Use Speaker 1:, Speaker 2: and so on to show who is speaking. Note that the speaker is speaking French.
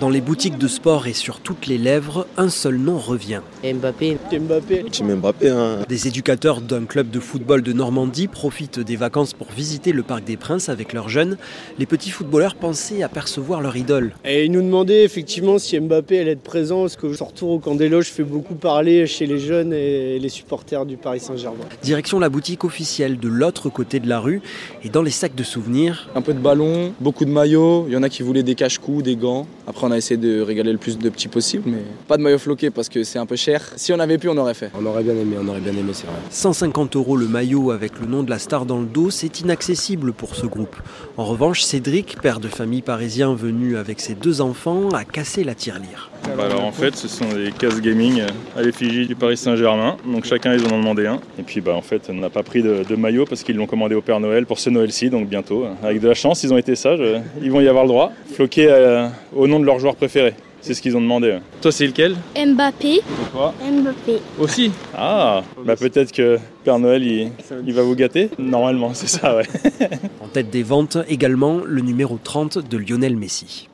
Speaker 1: Dans les boutiques de sport et sur toutes les lèvres, un seul nom revient.
Speaker 2: Mbappé.
Speaker 3: Mbappé. Team Mbappé, hein.
Speaker 1: Des éducateurs d'un club de football de Normandie profitent des vacances pour visiter le Parc des Princes avec leurs jeunes. Les petits footballeurs pensaient apercevoir leur idole.
Speaker 4: Et ils nous demandaient effectivement si Mbappé allait être présent, parce que son retour au camp des loges fait beaucoup parler chez les jeunes et les supporters du Paris Saint-Germain.
Speaker 1: Direction la boutique officielle de l'autre côté de la rue et dans les sacs de souvenirs.
Speaker 5: Un peu de ballon, beaucoup de maillots, il y en a qui voulaient des cache-coups, des gants. Après on a essayé de régaler le plus de petits possible, mais pas de maillots floqués parce que c'est un peu cher. Si on avait pu, on aurait fait.
Speaker 6: On aurait bien aimé, on aurait bien aimé, c'est vrai.
Speaker 1: 150 euros le maillot avec le nom de la star dans le dos, c'est inaccessible pour ce groupe. En revanche, Cédric, père de famille parisien venu avec ses deux enfants, a cassé la tirelire.
Speaker 7: Bah alors en fait, ce sont des cases gaming à l'effigie du Paris Saint-Germain. Donc chacun, ils en ont demandé un. Et puis bah en fait, on n'a pas pris de, de maillot parce qu'ils l'ont commandé au Père Noël pour ce Noël-ci, donc bientôt. Avec de la chance, ils ont été sages. Euh, Ils vont y avoir le droit. Floqué euh, au nom de leur joueur préféré. C'est ce qu'ils ont demandé. ouais. Toi, c'est lequel
Speaker 8: Mbappé.
Speaker 7: Et toi
Speaker 8: Mbappé.
Speaker 7: Aussi Ah Bah peut-être que Père Noël, il, il va vous gâter Normalement, c'est ça, ouais.
Speaker 1: En tête des ventes également le numéro 30 de Lionel Messi.